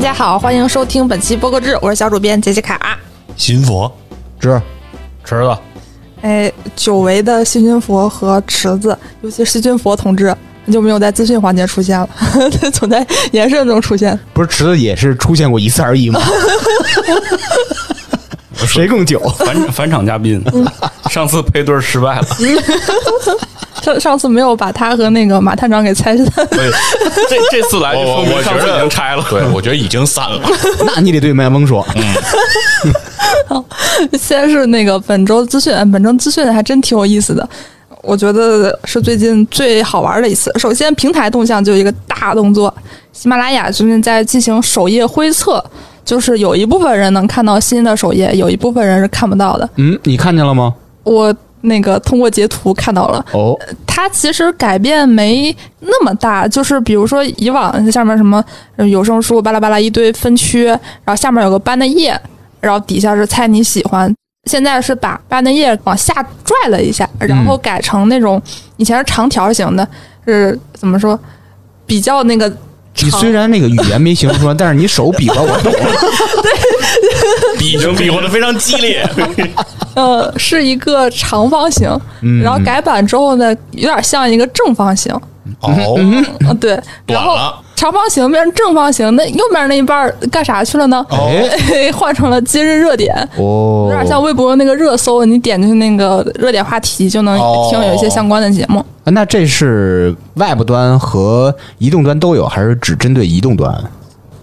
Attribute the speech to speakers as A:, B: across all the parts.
A: 家好，欢迎收听本期播客制，我是小主编杰西卡。
B: 新佛
C: 是
D: 池子，
A: 哎，久违的细菌佛和池子，尤其细菌佛同志，很久没有在资讯环节出现了， 总在延伸中出现。
C: 不是池子也是出现过一次而已 吗？谁更 久？
D: 返 返场嘉宾，上次配对失败了，
A: 上上次没有把他和那个马探长给拆散，
D: 对，这这次来就
B: 我
D: 说
B: 我
D: 明
B: 觉
D: 上次
B: 得
D: 已经拆了。
B: 对我觉得已经散 了。
C: 那你得对麦克风说，
A: 先是那个本周资讯，哎本周资讯还真挺有意思的。我觉得是最近最好玩的一次。首先，平台动向就有一个大动作，喜马拉雅最近在进行首页灰测，就是有一部分人能看到新的首页，有一部分人是看不到的。
C: 嗯，你看见了吗？
A: 我那个通过截图看到了，
C: 哦，
A: 它其实改变没那么大，就是比如说以往下面什么呃有声书巴拉巴拉一堆分区，然后下面有个 banner 页，然后底下是猜你喜欢。现在是把 banner 页往下拽了一下，然后改成那种以前是长条形的，是怎么说？比较那个
C: 你虽然那个语言没形容出 来，但是你手比划我懂了。
B: 比已经比划的非常激烈，
A: 呃是一个长方形，
C: 嗯
A: 然后改版之后呢，有点像一个正方形。
B: 哦，
A: 嗯，对，然
B: 短
A: 后
B: 了
A: 长方形变成正方形，那右面那一半儿干啥去了呢？
C: 哎，
A: 换成了今日热点，
C: 哦
A: 有点像微博那个热搜，你点进去那个热点话题就能
B: 哦
A: 听有一些相关的节目。
C: 啊那这是 Web 端和移动端都有，还是只针对移动端？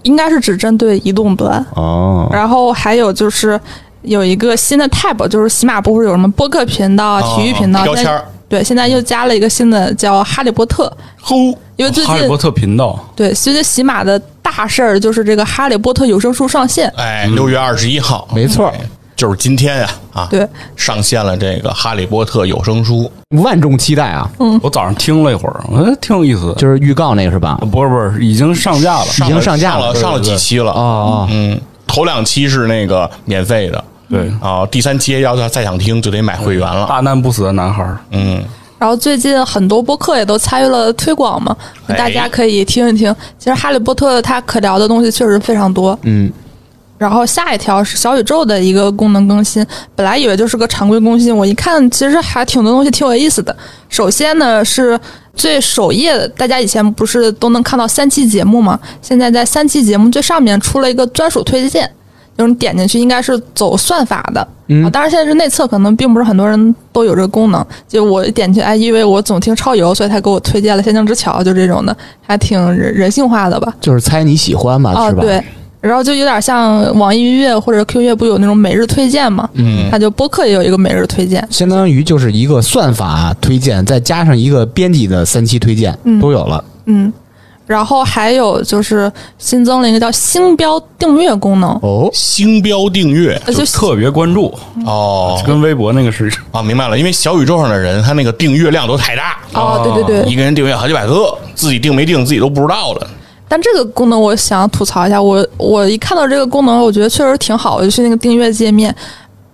A: 应该是只针对移动端，
C: 哦，
A: 然后还有就是有一个新的 tab，就是喜马不是有什么播客频道、体育频道，
B: 标
A: 现
B: 签
A: 在
B: 儿
A: 对，现在又加了一个新的叫《哈利波特》，
B: 吼，
A: 因为最
D: 哦哈利波
A: 近
D: 特频道，
A: 对随着喜马的大事儿就是这个《哈利波特》有声书上线，
B: 哎，六月二十一号，
C: 嗯没错，
B: 就是今天呀啊，
A: 对，
B: 上线了这个《哈利波特》有声书，
C: 万众期待
A: 嗯
C: 啊！
D: 我早上听了一会儿，我觉得挺有意思的。
C: 就是预告那个是吧？
D: 不是不是，已经上架了，
C: 已经上架
B: 了，
C: 了
B: 上上了几期了
C: 哦哦，
B: 嗯，头两期是那个免费的，
D: 对，嗯
B: 啊，第三期要再想听就得买会员了，
D: 大难不死的男孩儿，
B: 嗯，
A: 然后最近很多播客也都参与了推广嘛，
B: 哎
A: 大家可以听一听。其实《哈利波特》它可聊的东西确实非常多。
C: 嗯，
A: 然后下一条是小宇宙的一个功能更新，本来以为就是个常规更新，我一看其实还挺多东西挺有意思的。首先呢是最首页的，大家以前不是都能看到三期节目吗？现在在三期节目最上面出了一个专属推荐，就是你点进去应该是走算法的。
C: 嗯
A: 啊，当然现在是内测，可能并不是很多人都有这个功能。就我一点进去，哎，因为我总听超游，所以他给我推荐了《仙境之桥》，就这种的，还挺人人性化的吧。
C: 就是猜你喜欢吧，
A: 哦
C: 啊是，吧？
A: 对，然后就有点像网易云音乐或者 QQ 音乐不有那种每日推荐嘛，嗯，它就播客也有一个每日推荐，
C: 相当于就是一个算法推荐，再加上一个编辑的三期推荐，都有了。
A: 嗯，然后还有就是新增了一个叫星标订阅功能，
C: 哦，
B: 星标订阅
A: 呃就
D: 就特别关注，
B: 哦
D: 就跟微博那个是
B: 啊，明白了，因为小宇宙上的人他那个订阅量都太大，
A: 哦，对对对，
B: 一个人订阅好几百个，自己订没订自己都不知道了。
A: 但这个功能我想吐槽一下，我我一看到这个功能，我觉得确实挺好，我就去那个订阅界面，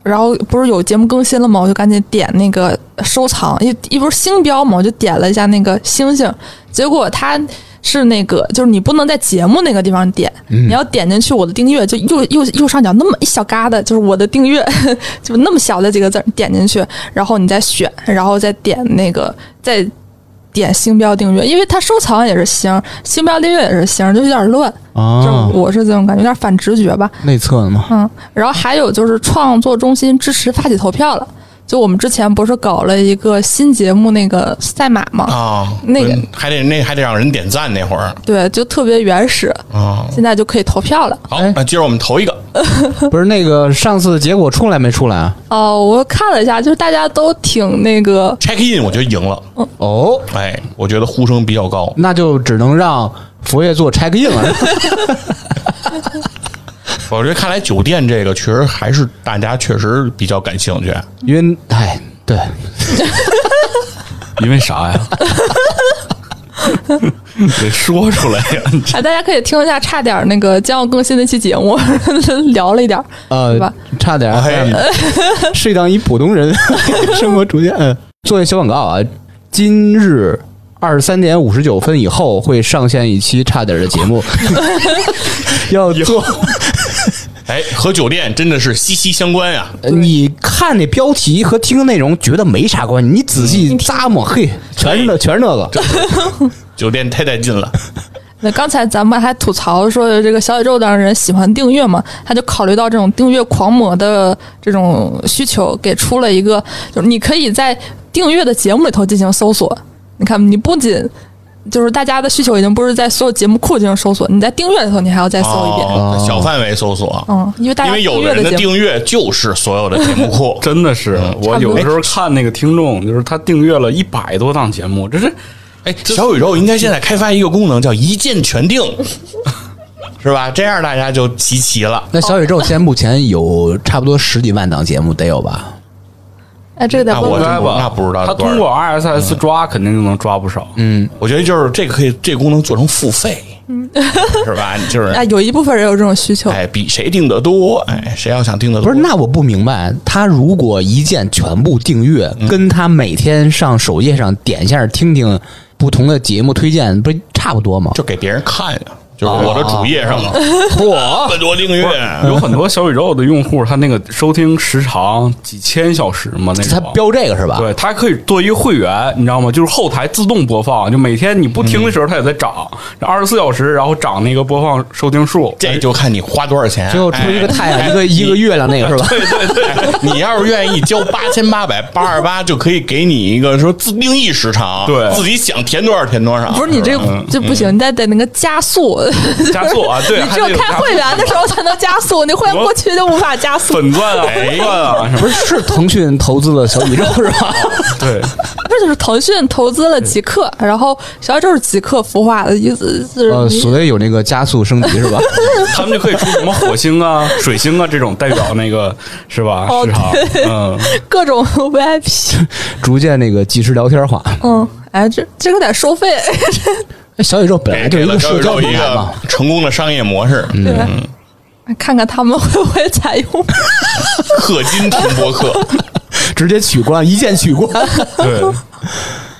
A: 然后不是有节目更新了吗？我就赶紧点那个收藏，一一不是星标嘛，我就点了一下那个星星，结果它是那个就是你不能在节目那个地方点，你要点进去我的订阅，就右右右上角那么一小疙瘩，就是我的订阅， 就那么小的几个字儿，你点进去，然后你再选，然后再点那个再点星标订阅，因为它收藏也是星，星标订阅也是星，就有点乱。就是
C: 啊，
A: 我是这种感觉，有点反直觉吧。
C: 内测的嘛，
A: 嗯，然后还有就是创作中心支持发起投票了。就我们之前不是搞了一个新节目那个赛马吗？
B: 啊，
A: 那个
B: 跟还得那还得让人点赞那会儿
A: 对，就特别原始，
B: 啊。
A: 现在就可以投票了。
B: 好
C: 哎，
B: 那今儿我们投一个，
C: 不是那个上次的结果出来没出来啊？
A: 哦，我看了一下，就是大家都挺那个，
B: check in，我觉得赢了。
C: 哦，
B: 哎，我觉得呼声比较高。
C: 那就只能让佛爷做 check in 了。
B: 我觉得看来酒店这个确实还是大家确实比较感兴趣。
C: 因为哎，对，
D: 因为啥 呀？得说出来呀！，
A: 哎，大家可以听一下，差点儿那个将要更新的一期节目， 聊了一点儿，
C: 呃
A: 对吧？，
C: 差点儿嗯
B: 哎，
C: 适 当以普通人生活逐渐嗯，做一小广告啊，今日。二十三点五十九分以后会上线一期差点儿的节 目，要做。
B: 哎，和酒店真的是息息相关呀、
C: 呃你看那标题和听的内容觉得没啥关系，你仔
B: 嗯
C: 细咂摸，嘿，全是那全是那个。
B: 酒店太带劲了，
A: 那刚才咱们还吐槽说，这个小宇宙当人喜欢订阅嘛，他就考虑到这种订阅狂魔的这种需求，给出了一个，就是你可以在订阅的节目里头进行搜索。你看，你不仅就是大家的需求已经不是在所有节目库进行搜索，你在订阅里头你还要再搜一遍。
B: 哦小范围搜索，
A: 嗯，因为大
B: 因
A: 家
B: 为
A: 订
B: 有
A: 阅
B: 的人的
A: 节目，
B: 订阅就是所有的节目库
D: 真的是，我有的时候看那个听众，就是他订阅了一百多档节目，这是
B: 哎，小宇宙应该现在开发一个功能叫一键全 定，是吧？这样大家就集齐了。
C: 那小宇 宙现在目前有差不多十几万档节目，得有吧？
A: 哎，这个得
B: 那
A: 问
B: 我
A: 问
B: 就
D: 应该吧？
B: 那不知道
D: 他
B: 多少
D: 通过 RSS 抓，肯定就能抓不少。
B: 我觉得就是这个可以，这个功能做成付费，
A: 嗯
B: 是吧？你就是
A: 哎，有一部分人有这种需求，
B: 哎，比谁定的多，哎，谁要想定的多，
C: 哦不是，那我不明白，他如果一键全部订阅，
B: 嗯
C: 跟他每天上首页上点一下听听不同的节目推荐，不是差不多吗？
B: 就给别人看呀，就是我的主页上
C: 嚯，
B: 哦很多订
D: 不是
B: 阅，
D: 有很多小宇宙的用户，他那个收听时长几千小时嘛，那
C: 他
D: 种。
C: 标这个是吧？
D: 对，它可以做一个会员，你知道吗？就是后台自动播放，就每天你不听的时候，它也在涨，二十四小时，然后涨那个播放收听数。
B: 这哎就看你花多少钱。
C: 最后出一个
B: 哎
C: 太阳，一个一个月亮，那个是吧？
B: 对对对，你要是愿意交八千八百八十八，就可以给你一个说自定义时长，
D: 对
B: 自己想填多少填多少。
A: 不是你这
B: 嗯
A: 个这不行，你得得那个加速，
D: 加速啊，对，
A: 你
D: 还
A: 只
D: 得
A: 有
D: 有
A: 开
D: 加速
A: 会员的时候才能加速，你会员
D: 我
A: 过去就无法加速。
D: 粉钻啊，红钻啊，什么
C: 不是，是腾讯投资了小宇宙是吧？
D: 对，
A: 这就是腾讯投资了极客，然后小宇宙是极客孵化的，意思是
C: 呃，
A: 你
C: 所谓有那个加速升级是 吧？
D: 他们就可以出什么火星啊、水星啊这种代表那个是吧？
A: 哦
D: 市场，嗯，
A: 各种 VIP。
C: 逐渐那个即时聊天化。
A: 嗯，哎，这这个得收费，
C: 那小宇宙本来
B: 给
C: 就
B: 给
C: 是一个
B: 了小
C: 社
B: 宇
C: 交
B: 宙
C: 平
B: 一
C: 台
B: 个
C: 嘛，
B: 啊成功的商业模式，
A: 对吧？ 看看他们会不会采用。
B: 氪金听播客，
C: 直接取关，一键取关。
D: 对，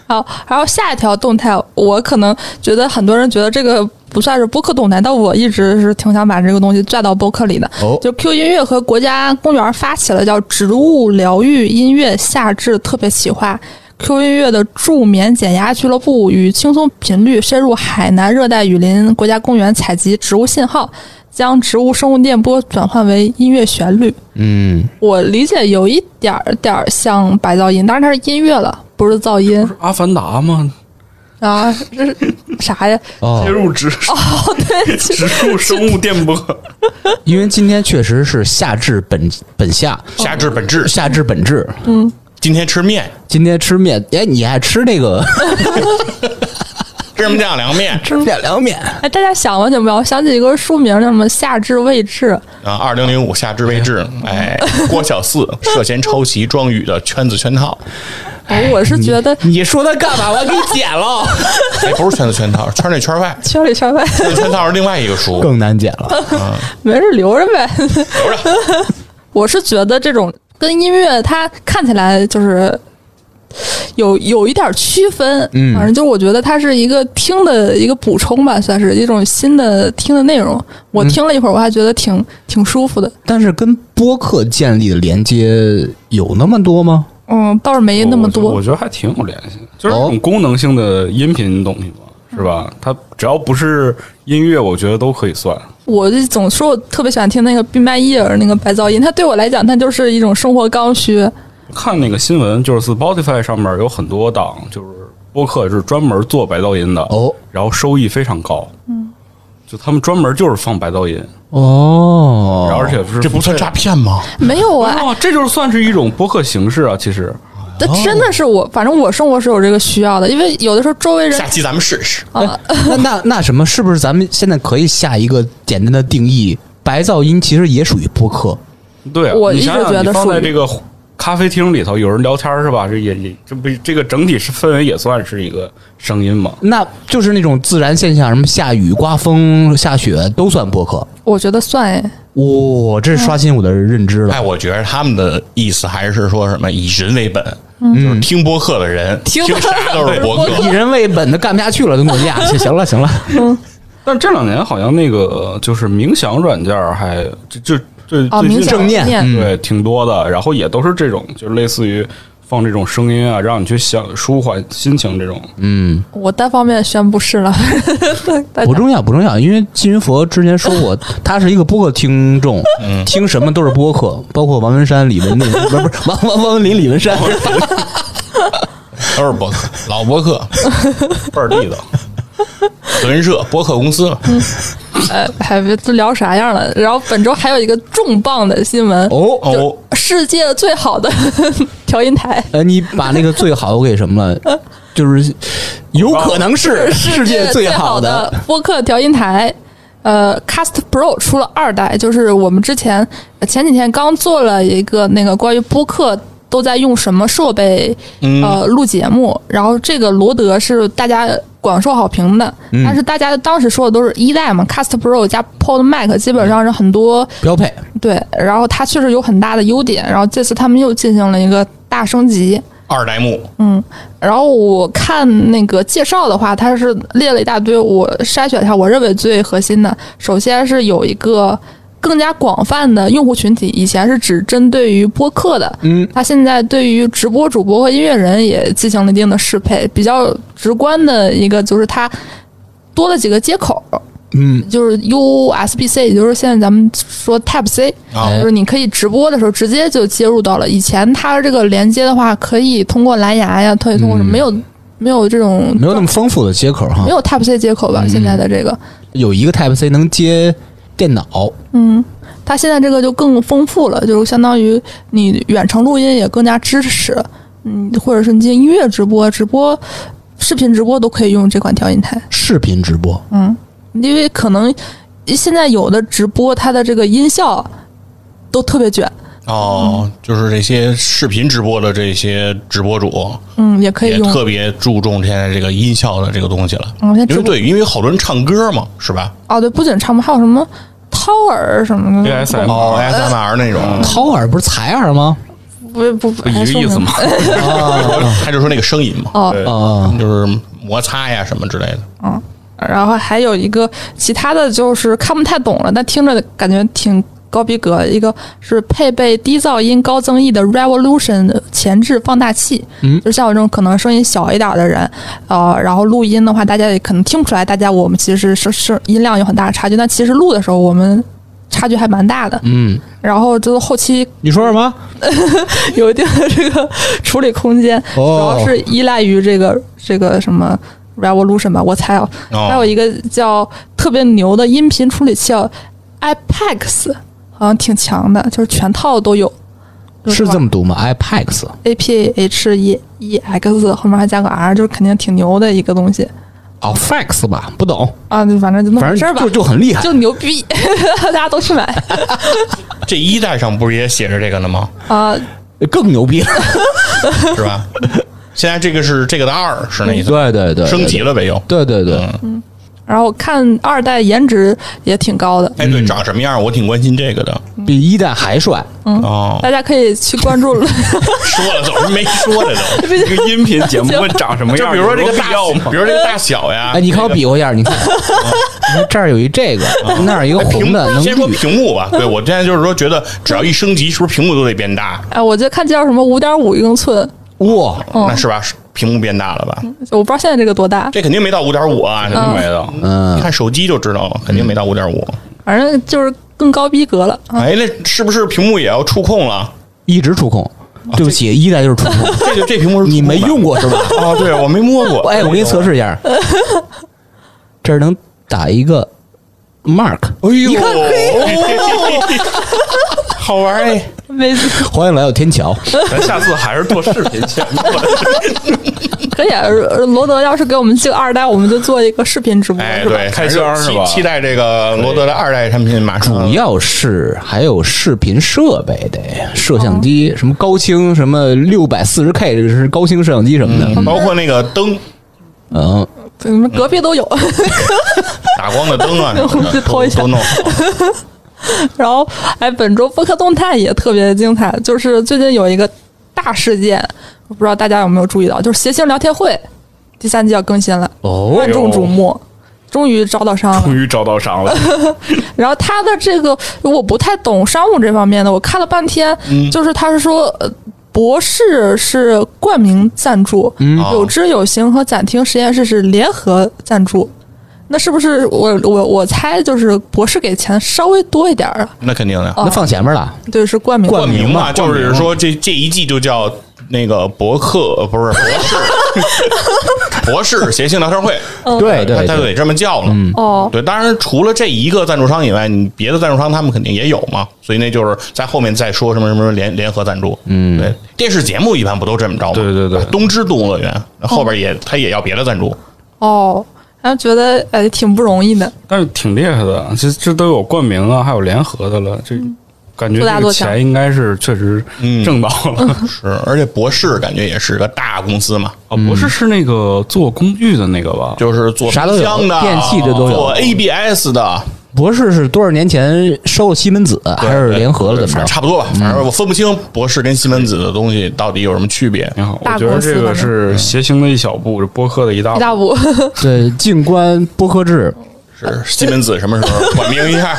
A: 好，然后下一条动态，我可能觉得很多人觉得这个不算是播客动态，但我一直是挺想把这个东西拽到播客里的。
C: 哦
A: 就 Q 音乐和国家公园发起了叫“植物疗愈音乐夏至特别企划”。Q 音乐的助眠减压俱乐部与轻松频率深入海南热带雨林国家公园采集植物信号，将植物生物电波转换为音乐旋律。
C: 嗯，
A: 我理解有一点儿点儿像白噪音，当然它是音乐了，不是噪音。
D: 阿凡达嘛，
A: 啊，这 是啥呀？
C: 哦
D: 接，入植
A: 哦， 对，其
D: 植
A: 实
D: 树生物电 波，
C: 因为今天确实是夏至本本夏，
B: 侠至本质。
C: 夏至本至。
B: 今天吃面，
C: 今天吃面，哎，你爱吃那个
B: 芝麻酱凉面
C: 吃面凉面？
A: 哎，大家想完全不要想起一个书名叫什么“夏至未至
B: 啊，二零零五夏至未至，哎，郭小 四涉嫌抄袭庄宇的圈子圈套，”，
A: 哎，我是觉得
C: 你说它干嘛？我给你剪了，
B: 哎，不是圈子圈套，圈内圈外，
A: 圈里圈外
B: 圈子圈套是另外一个书，
C: 更难剪了。
A: 没事留着呗，留着。我是觉得这种跟音乐它看起来就是。有有一点区分，
C: 嗯
A: 反正就我觉得它是一个听的一个补充吧，算是一种新的听的内容。我
C: 嗯
A: 听了一会儿，我还觉得挺挺舒服的。
C: 但是跟播客建立的连接有那么多吗？
A: 嗯，倒是没那么
D: 哦我
A: 多
D: 我。觉得还挺有联系的，就是这种功能性的音频东西嘛，是吧？它只要不是音乐，我觉得都可以算。
A: 我就总说我特别喜欢听那个闭麦叶儿那个白噪音，它对我来讲，它就是一种生活刚需。
D: 看那个新闻，就是 Spotify 上面有很多档，就是播客就是专门做白噪音的，
C: 哦
D: 然后收益非常高。嗯，就他们专门就是放白噪音，
C: 哦
D: 然后而且是
B: 这不算诈骗吗？
A: 没有啊，
D: 哦，这就是算是一种播客形式啊。其实
A: 这真的是我，反正我生活是有这个需要的，因为有的时候周围人
B: 下期咱们试试。
A: 啊，
C: 那那那什么，是不是咱们现在可以下一个简单的定义？白噪音其实也属于播客，
D: 对、啊，
A: 我
D: 你
A: 一直
D: 想想
A: 觉得
D: 你放
A: 属
D: 在
A: 于
D: 这个咖啡厅里头，有人聊天是吧？这也也这不这个整体是氛围也算是一个声音嘛。
C: 那就是那种自然现象，什么下雨、刮风、下雪都算播客。
A: 我觉得算哎，
C: 哇、哦这是刷新我的认知了。
B: 哎，我觉得他们的意思还是说什么以人为本，就是听播客的人，
A: 听
B: 听啥都是播
A: 播
B: 客
A: 客。
C: 以哎人为本的干不下去了，都给我 压去。行了行了，
D: 但这两年好像那个就是冥想软件儿还这这这
A: 哦，
D: 最
A: 冥
D: 近
A: 想
C: 正念
A: 念
C: 嗯
D: 对，挺多的。然后也都是这种，就是类似于放这种声音啊，让你去想舒缓心情这种。
C: 嗯，
A: 我单方面宣布是了， 大家
C: 不重要不重要，因为金云佛之前说 过，他是一个播客听众，听什么都是播客，包括王文山、李文那 不是不是王王王文林、李文山，
B: 都是播客，老播 客，倍儿地道。德云社播客公司嘛，
A: 呃，还别都聊啥样了？然后本周还有一个重磅的新闻，
C: 哦
B: 哦，
A: 世界最好的 调音台，
C: 呃，你把那个最好给什么 了？就是有可 能是世界最好
A: 好
C: 的，
A: 播客调音台。呃，Cast Pro 出了二代，就是我们之前呃前几天刚做了一个那个关于播客都在用什么设备、
C: 嗯
A: 呃录节目，然后这个罗德是大家广受好评的，
C: 嗯
A: 但是大家当时说的都是一代嘛，Cast Pro 加 Pod Mac 基本上是很多
C: 标配。
A: 对，然后它确实有很大的优点，然后这次他们又进行了一个大升级。
B: 二代目，
A: 然后我看那个介绍的话，它是列了一大堆，我筛选一下，我认为最核心的，首先是有一个更加广泛的用户群体，以前是只针对于播客的，
C: 嗯，
A: 它现在对于直播主播和音乐人也进行了一定的适配。比较直观的一个就是它多了几个接口，
C: 嗯，
A: 就是 USB C，也就是现在咱们说 Type C，、
B: 啊
A: 就是你可以直播的时候直接就接入到了。以前它这个连接的话，可以通过蓝牙呀，可以通过什么，没有没有这种
C: 没有那么丰富的接口哈
A: 没，有 Type C 接口吧？现在的这个，
C: 有一个 Type C 能接电脑，
A: 它现在这个就更丰富了，就是相当于你远程录音也更加支持，嗯，或者是你进行音乐直播、直播、视频直播都可以用这款调音台，
C: 视频直播，
A: 因为可能现在有的直播它的这个音效都特别卷，
B: 哦，就是这些视频直播的这些直播主，
A: 嗯，也
C: 哎
A: 可以
B: 也
A: 用，
B: 特别注重现在这个音效的这个东西了。
A: 嗯，现在直
B: 因为
A: 播
B: 对，因为好多人唱歌嘛，是吧？
A: 哦对，不仅唱不还有什么掏耳什么的
C: 嗯
D: ASM
B: 哦，SMR 那种，
C: 掏耳不是采耳吗？
A: 不不不
D: 不一个意思吗？？
C: 啊
B: 他就说那个声音嘛，
A: 还说什么哦，
C: 啊，
B: 就是摩擦呀什么之类的。
A: 然后还有一个其他的就是看不太懂了，但听着感觉挺高逼格。一个是配备低噪音高增益的 Revolution 的前置放大器，嗯，就像我这种可能声音小一点的人，呃，然后录音的话，大家也可能听不出来，大家我们其实是是音量有很大的差距，但其实录的时候我们差距还蛮大的，
C: 嗯，
A: 然后就是后期
C: 你说什么？
A: 有一定的这个处理空间，主
C: 哦
A: 要是依赖于这个这个什么 Revolution 吧，我猜啊，
B: 哦
A: 还有一个叫特别牛的音频处理器叫 IPX，好像挺强的，就是全套都有，
C: 是这么读吗？iPax
A: A P H E E X 后面还加个 R，就是肯定挺牛的一个东西
C: 哦，fax 吧，不懂，
A: 啊，就反正就那么
C: 反
A: 回事儿
C: 正
A: 吧
C: 就，就很厉害。
A: 就牛逼， 大家都去买
B: 这一代上不是也写着这个呢吗？
A: 啊，
C: 更牛逼了，
B: 是吧？现在这个是这个的二，是那意思
C: 对
B: 吗，
C: 对对，
B: 升级
C: 了，
B: 了呗又。
C: 对对对，
A: 然后看二代颜值也挺高的，
B: 哎，对，长什么样我挺关心这个的。
C: 比一代还帅，
B: 哦，
A: 大家可以去关注
B: 说了走，没说了都。
D: 一个音频节目 会长什么
B: 就
D: 样？
B: 比如说这
D: 有
B: 个
D: 必
B: 大
D: 要
B: 小，
D: 吗
B: 比？如这个大小呀。
C: 哎，你看我比划一下，你看，你看这儿有一这个，那儿有一个
B: 嗯啊哎屏
C: 红的，
B: 幕，
C: 能
B: 先说
C: 绿，
B: 屏幕吧。对我现在就是说，觉得只要一升级，是不是屏幕都得变大？
A: 哎，我就看叫什么五点五英寸，
C: 哇，
A: 嗯
B: 那是吧？是屏幕变大了吧？
A: 我不知道现在这个多大，
B: 这肯定没到五点五啊！
D: 真没的，
A: 嗯
B: 你
C: 嗯
B: 看手机就知道了，肯定没到五点五。
A: 反正就是更高逼格了。啊、
B: 哎，那是不是屏幕也要触控了？
C: 一直触控，
B: 啊
C: 对不起，一代就是触控，
B: 这就这屏幕是触控
C: 你没
B: 吧
C: 用过是吧？
B: 哦，对，我没摸 过。
C: 哎，我给你测。试一下，这儿能打一个 mark。
B: 哎呦， 好玩哎！
A: 没错
C: 欢迎来到天桥，
D: 咱下次还是做视频节目吧。
A: 可以啊，呃罗德要是给我们寄个二代，我们就做一个视频直播。
B: 哎，
A: 是吧
B: 对，
D: 开箱
B: 还
D: 是吧
B: 期期待这个罗德的二代产品马上
C: 主要是还有视频设备得摄像机，什么高清，什么六百四十 K，这个是高清摄像机什么的。
B: 包括那个灯
C: 嗯，
A: 对你们隔壁都有。
B: 打光的灯啊，什么的
A: 就偷一下
B: 都都弄好。
A: 然后，哎，本周播客动态也特别精彩，就是最近有一个大事件，我不知道大家有没有注意到，就是谐星聊天会第三季要更新了，
C: 哦
D: 哎
A: 万
D: 呦
A: 众瞩目，终于招到商了。
D: 终于找到商了，
A: 然后他的这个我不太懂商务这方面的，我看了半天，
B: 嗯
A: 就是他是说。呃博士是冠名赞助，
B: 哦
A: 有知有行和展厅实验室是联合赞助，那是不是我我我猜就是博士给钱稍微多一点儿啊？
B: 那肯定的，
C: 那放前面了，
A: 对，是冠名。
C: 冠
B: 冠名
C: 冠
B: 嘛，
C: 名嘛
B: 就是说这这一季就叫那个博客，呃不 是博士，博士谐星聊天会，
C: 哦对
B: 他
C: 对
B: 他就
C: 对，嗯
B: 得这么叫了。
A: 哦，
B: 对，当然除了这一个赞助商以外，你别的赞助商他们肯定也有嘛，所以那就是在后面再说什么什么联联合赞助。嗯，对，电视节目一般不都这么着吗？
D: 对对对
B: 东芝动物乐园
C: 嗯
B: 后边也他也要别的赞助，
A: 哦，然后觉得哎挺不容易的，
D: 但是挺厉害的，这这都有冠名啊，还有联合的了，这
A: 嗯
D: 感觉
A: 做大
D: 这个
A: 做强
D: 钱应该是确实挣到 了。
B: 是，而且博士感觉也是个大公司嘛，
D: 啊，不是是那个做工具的那个吧？
B: 就是做
C: 啥都有
B: 冰箱的、
C: 电器的都有
B: 做 ABS 的，
C: 博士是多少年前收了西门子，还是联合了
B: 对
C: 怎么着？
B: 反正
C: 嗯
B: 差不多吧，反正我分不清博士跟西门子的东西到底有什么区别。
D: 挺好，我
A: 大
D: 觉得
A: 公司
D: 这
A: 的
D: 个
A: 那
D: 是谐星的一小步，这播客的一大
A: 一
D: 步。
A: 大步。
C: 对，静观播客制，
B: 是西门子什么 时候冠名一下？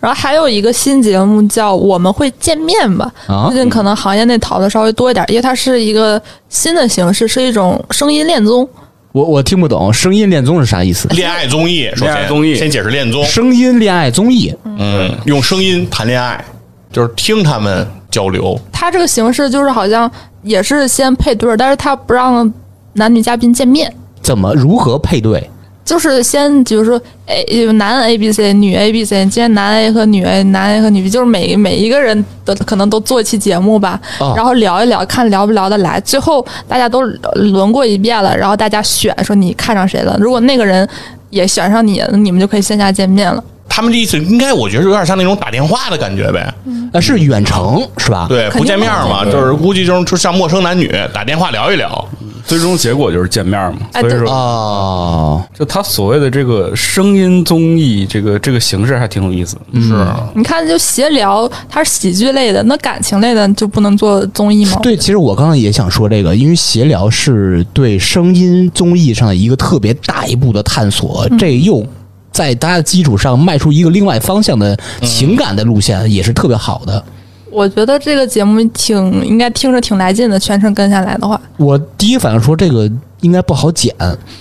A: 然后还有一个新节目叫《我们会见面吧》，
C: 啊
A: 最近可能行业内讨论稍微多一点，因为它是一个新的形式，是一种声音恋综。
C: 我我听不懂声音恋综是啥意思？
B: 恋爱综艺，首先
D: 恋爱综艺
B: 先解释恋综，
C: 声音恋爱综艺，
B: 嗯，用声音谈恋爱，就是听他们交流，
A: 它这个形式就是好像也是先配对儿，但是它不让男女嘉宾见面，
C: 怎么如何配对？
A: 就是先比如说 A 男 A B C 女 A B C，今天男 A 和女 A，男 A 和女 B，就是每每一个人都可能都做一期节目吧，
C: 哦
A: 然后聊一聊，看聊不聊得来。最后大家都轮过一遍了，然后大家选说你看上谁了。如果那个人也选上你，你们就可以线下见面了。
B: 他们这意思应该我觉得有点像那种打电话的感觉呗，
C: 呃，是远程是吧？，
B: 对，
A: 肯定
B: 不见面嘛，
A: 不见面
B: 就是估计就是就像陌生男女打电话聊一聊，
D: 最终结果就是见面嘛，
A: 哎
D: 所以
A: 对
D: 说
C: 哦，
D: 就他所谓的这个声音综艺，这个这个形式还挺有意思的。
B: 是
D: 啊
A: 你看，就闲聊，它是喜剧类的，那感情类的就不能做综艺吗？
C: 对，其实我刚刚也想说这个，因为闲聊是对声音综艺上的一个特别大一步的探索，这又在它的基础上迈出一个另外方向的
B: 嗯
C: 情感的路线，也是特别好的。
A: 我觉得这个节目挺应该听着挺来劲的，全程跟下来的话。
C: 我第一反应说这个应该不好剪，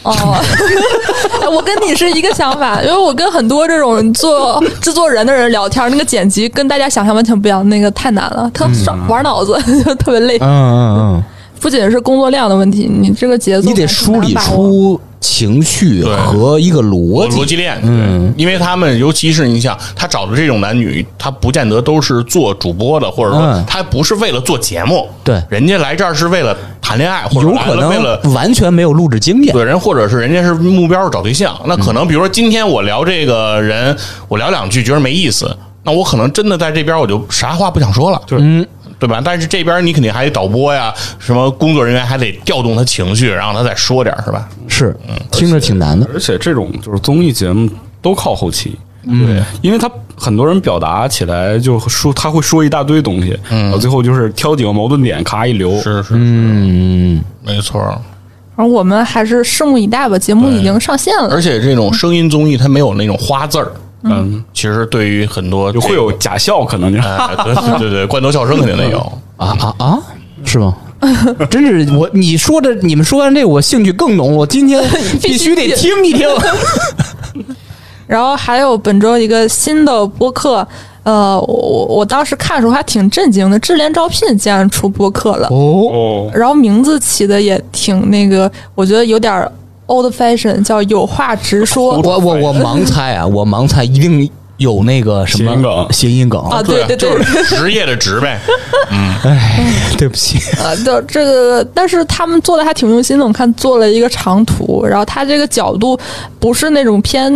A: 哦，哎我跟你是一个想法，因为我跟很多这种做 制作人的人聊天，那个剪辑跟大家想象完全不一样，那个太难了，特耍玩脑子， 就特别累。
C: 嗯嗯嗯，
A: 不仅是工作量的问题，你这个节奏
C: 你得
A: 还是
C: 梳
A: 难
C: 理
A: 把握
C: 出情绪
B: 对
C: 和一个逻
B: 逻
C: 辑。
B: 辑链，嗯，因为他们尤其是你想，他找的这种男女，他不见得都是做主播的，或者说
C: 嗯
B: 他不是为了做节目，
C: 对
B: 人家来这儿是为了谈恋爱，或者
C: 有
B: 来
C: 可
B: 了为了。
C: 能完全没有录制经验，
B: 对人，或者是人家是目标是找对象，那
C: 嗯
B: 可能比如说今天我聊这个人，我聊两句觉得没意思，那我可能真的在这边我就啥话不想说了，对，
C: 嗯
B: 对吧？但是这边你肯定还得导播呀，什么工作人员还得调动他情绪，然后他再说点儿是吧？
C: 是
B: 嗯
C: 听着挺难的。
D: 而且这种就是综艺节目都靠后期，
C: 嗯
D: 对，因为他很多人表达起来就说他会说一大堆东西，嗯，最后就是挑几个矛盾点，咔一留，
B: 是是，
C: 嗯，
B: 没错儿。
A: 而我们还是拭目以待吧，节目已经上线 了
B: 而。且这种声音综艺它没有那种花字儿，
D: 嗯，
B: 其实对于很多
D: 就会有假笑，可能就
B: 哎，对对对 对，罐头笑声肯定得有。
C: 啊啊啊，是吗？ 真是我，你说的，你们说完这，我兴趣更浓了。我今天 必须得听 一听。
A: 然后还有本周一个新的播客，呃，我我我当时看的时候还挺震惊的，智联招聘竟然出播客了。
C: 哦，
D: 哦，
A: 然后名字起的也挺那个，我觉得有点 old fashion，叫有话直说。
C: 我我我盲猜啊，我盲猜一定有那个什么
D: 谐音梗
C: 谐音梗。
A: 啊，对对对，
B: 就是职业的 职呗。
C: 哎， 对不起，
A: 呃，对这个，但是他们做的还挺用心的。我看做了一个长图，然后他这个角度不是那种偏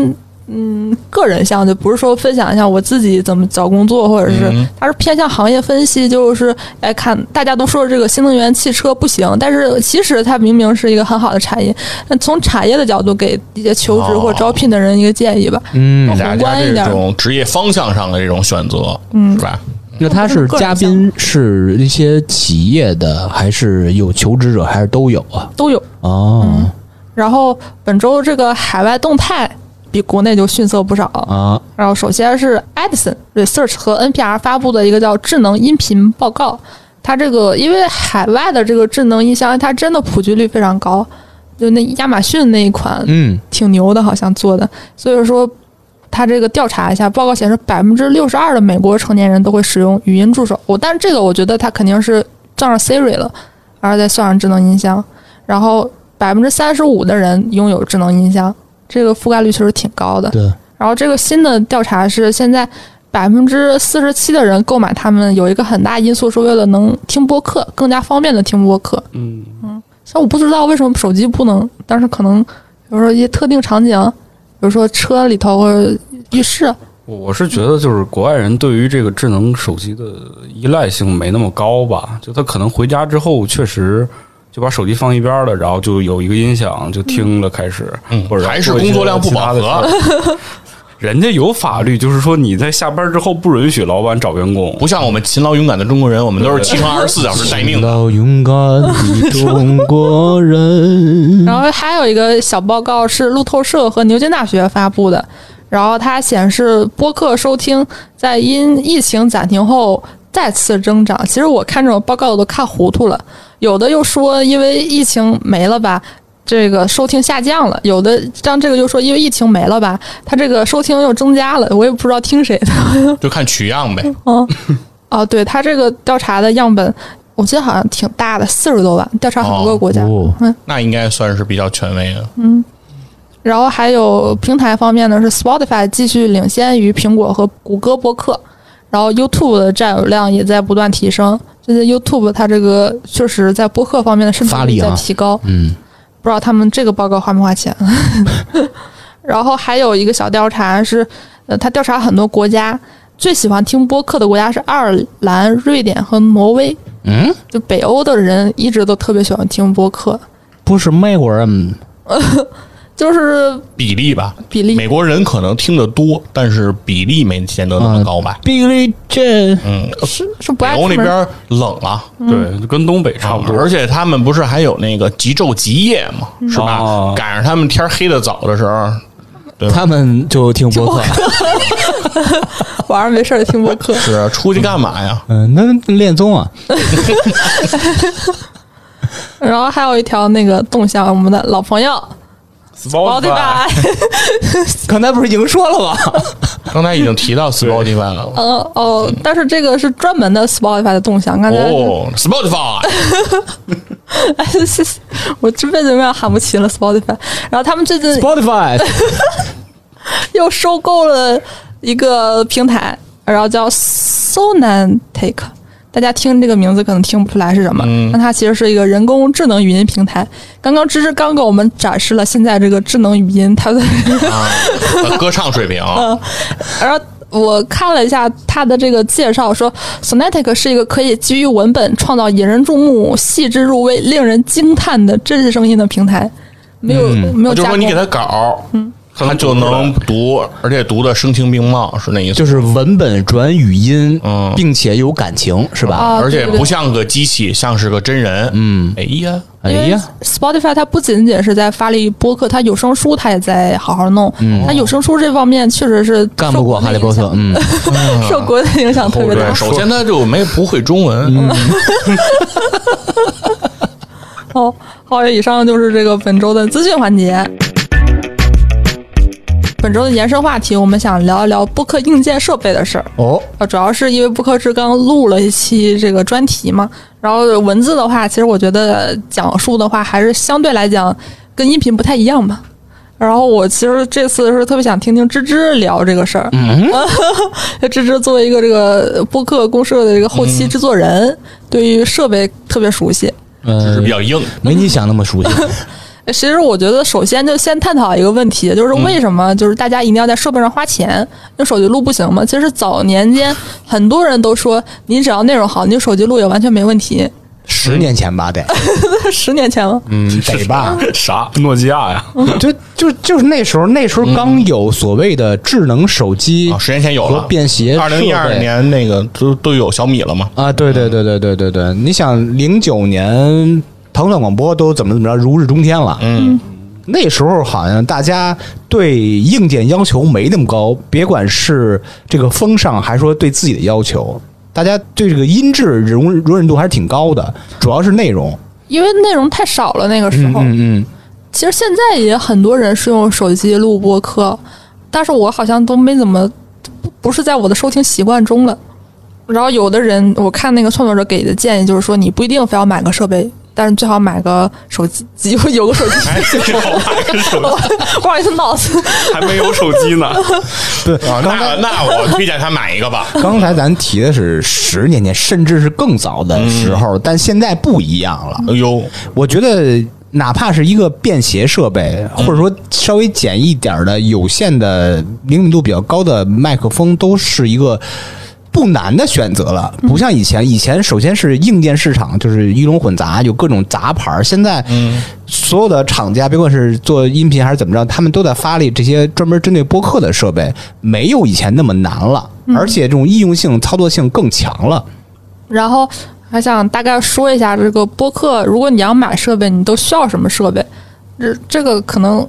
A: 嗯个人向，就不是说分享一下我自己怎么找工作，或者是他是偏向行业分析，就是哎看大家都说这个新能源汽车不行，但是其实它明明是一个很好的产业，但从产业的角度给一些求职或招聘的哦
C: 哦
A: 人一个建议吧，嗯，
B: 大
A: 宏
B: 家
A: 观一
B: 这
A: 点。
B: 种职业方向上的这种选择，嗯，是吧？
C: 那他是嘉宾是一些企业的，还是有求职者，还是都有啊？
A: 都有。
C: 哦、
A: 然后本周这个海外动态比国内就逊色不少。
C: 啊，
A: 然后首先是 Edison Research 和 NPR 发布的一个叫智能音频报告，它这个因为海外的这个智能音箱，它真的普及率非常高，就那亚马逊那一款
C: 嗯，
A: 挺牛的，好像做的。所以说，他这个调查一下，报告显示百分之六十二的美国成年人都会使用语音助手。我，但是这个我觉得他肯定是算上 Siri 了，然后再算上智能音箱，然后百分之三十五的人拥有智能音箱，这个覆盖率确实挺高的。
C: 对，
A: 然后这个新的调查是，现在百分之四十七的人购买它们有一个很大因素是为了能听播客，更加方便的听播客。
D: 嗯，
A: 像我不知道为什么手机不能，但是可能比如说一些特定场景，啊比如说车里头或者浴室，啊
D: 我我是觉得就是国外人对于这个智能手机的依赖性没那么高吧，就他可能回家之后确实就把手机放一边了，然后就有一个音响就听了开始，
B: 嗯
D: 或者
B: 还是工作量不饱和
D: 做一些其他的事儿。人家有法律，就是说你在下班之后不允许老板找员工。
B: 不像我们勤劳勇敢的中国人，我们都是七乘二十四小时待命 的。
C: 到勇敢的中国人，
A: 然后还有一个小报告是路透社和牛津大学发布的，然后它显示播客收听在因疫情暂停后再次增长。其实我看这种报告我都看糊涂了，有的又说因为疫情没了吧。这个收听下降了，有的像这个就说因为疫情没了吧，它这个收听又增加了，我也不知道听谁的。
B: 就看取样呗。
A: 嗯，哦，对他这个调查的样本，我记得好像挺大的，四十多万，调查很多个国家。
C: 哦
A: 嗯，
B: 那应该算是比较权威的。
A: 然后还有平台方面呢，是 Spotify 继续领先于苹果和谷歌播客，然后 YouTube 的占有量也在不断提升。最近 YouTube 它这个确实在播客方面的渗透
C: 发
A: 率
C: 力
A: 在
C: 啊
A: 提高，
C: 嗯，
A: 不知道他们这个报告花没花钱。 然后还有一个小调查是，呃，他调查很多国家最喜欢听播客的国家是爱尔兰、瑞典和挪威。
C: 嗯，
A: 就北欧的人一直都特别喜欢听播客，
C: 不是美国人，
A: 就是
B: 比例吧，
A: 比例
B: 美国人可能听得多，但是比例没见得那么高吧。
C: 比利这
B: 嗯，
A: 是是不
B: 北
A: 爱出
B: 欧那
A: 门
B: 边冷啊，
D: 对，就跟东北差不多。
B: 而且他们不是还有那个极昼极夜嘛，是吧？
D: 哦
B: 赶上他们天黑的早的时候，
C: 他们就听播客，
A: 晚上没事儿听播客。
B: 是啊出去干嘛呀？
C: 嗯，那恋综啊，
A: 然后还有一条那个动向，我们的老朋友
D: 哦 Spotify
A: Spotify，
C: 刚才不是已经说了吗？
B: 刚才已经提到 Spotify 了。
A: 嗯 哦，但是这个是专门的 Spotify 的动向。刚才、
B: 哦，Spotify，
A: 我这辈子永远喊不齐了 Spotify。然后他们最近
C: Spotify
A: 又收购了一个平台，然后叫 Sonantech。大家听这个名字可能听不出来是什么，那它其实是一个人工智能语音平台。刚刚芝芝刚给我们展示了现在这个智能语音，它的
B: 啊，歌唱水平，
A: 然后我看了一下他的这个介绍，说 Sonetic 是一个可以基于文本创造引人注目、细致入微、令人惊叹的真实声音的平台，没有、没有
B: 啊就是
A: 加
B: 说
A: 工
B: 你。给他稿，他就能读，而且读的声情并茂，是那意思。
C: 就是文本转语音
B: 嗯，
C: 并且有感情，是吧？
A: 啊，
B: 而且
A: 对对
B: 不像个机器，像是个真人。嗯，哎呀，
C: 哎
A: 因为
C: 呀，
A: ，Spotify 它不仅仅是在发力播客，它有声书它也在好好弄。它有声书这方面确实是
C: 干不过哈利波特，嗯，
A: 特，受国内影响特别大
B: 对，。首先他就没不会中文，
A: 好，好，以上就是这个本周的资讯环节。本周的延伸话题，我们想聊一聊播客硬件设备的事儿。
C: 哦，
A: 呃，主要是因为播客是刚录了一期这个专题嘛，然后文字的话，其实我觉得讲述的话还是相对来讲跟音频不太一样吧。然后我其实这次是特别想听听芝芝聊这个事儿。 嗯，芝芝作为一个这个播客公社的这个后期制作人，对于设备特别熟悉。
B: 就是
C: 呃
B: 比，较硬。
C: 没你想那么 熟悉，
A: 其实我觉得，首先就先探讨一个问题，就是
C: 嗯
A: 为什么就是大家一定要在设备上花钱？用手机录不行吗？其实早年间很多人都说，你只要内容好，你手机录也完全没问题。
C: 十年前吧，得
B: 嗯
A: 十年前了，
D: 嗯，
C: 得 吧？
D: 啥？诺基亚 呀？
C: 就就就是那时候，那时候刚有所谓的智能手机
B: 啊，十年前有
C: 嗯和
B: 了。
C: 便携
B: 二零一
C: 设
B: 二
C: 备
B: 年那个都都有小米了嘛？
C: 啊，对对对对对对对，你想零九年腾讯广播都怎么怎么着如日中天了，
B: 嗯，
C: 那时候好像大家对硬件要求没那么高，别管是这个风尚，还说对自己的要求，大家对这个音质容容忍度还是挺高的，主要是内容。
A: 因为内容太少了那个时候。
C: 嗯嗯，
A: 其实现在也很多人是用手机录播客，但是我好像都没怎么，不不是在我的收听习惯中了。然后有的人，我看那个创作者给的建议就是说，你不一定非要买个设备，但是最好买个手机， 有有个手 机。
B: 哎，好买个手机
A: 不好意思，脑子
D: 还没有手机呢。
C: 对，
B: 啊，
C: 刚才
B: 那那我推荐他买一个吧。
C: 刚才咱提的是十年前，甚至是更早的时候，但现在不一样了。
B: 哎呦，
C: 我觉得哪怕是一个便携设备，或者说稍微简易点儿的、有线的、灵敏度比较高的麦克风，都是一个。不难的选择了，不像以前。以前首先是硬件市场就是鱼龙混杂，有各种杂牌儿。现在，所有的厂家，别管是做音频还是怎么着，他们都在发力这些专门针对播客的设备，没有以前那么难了，而且这种易用性、操作性更强了。
A: 然后还想大概说一下这个播客，如果你要买设备，你都需要什么设备？这这个可能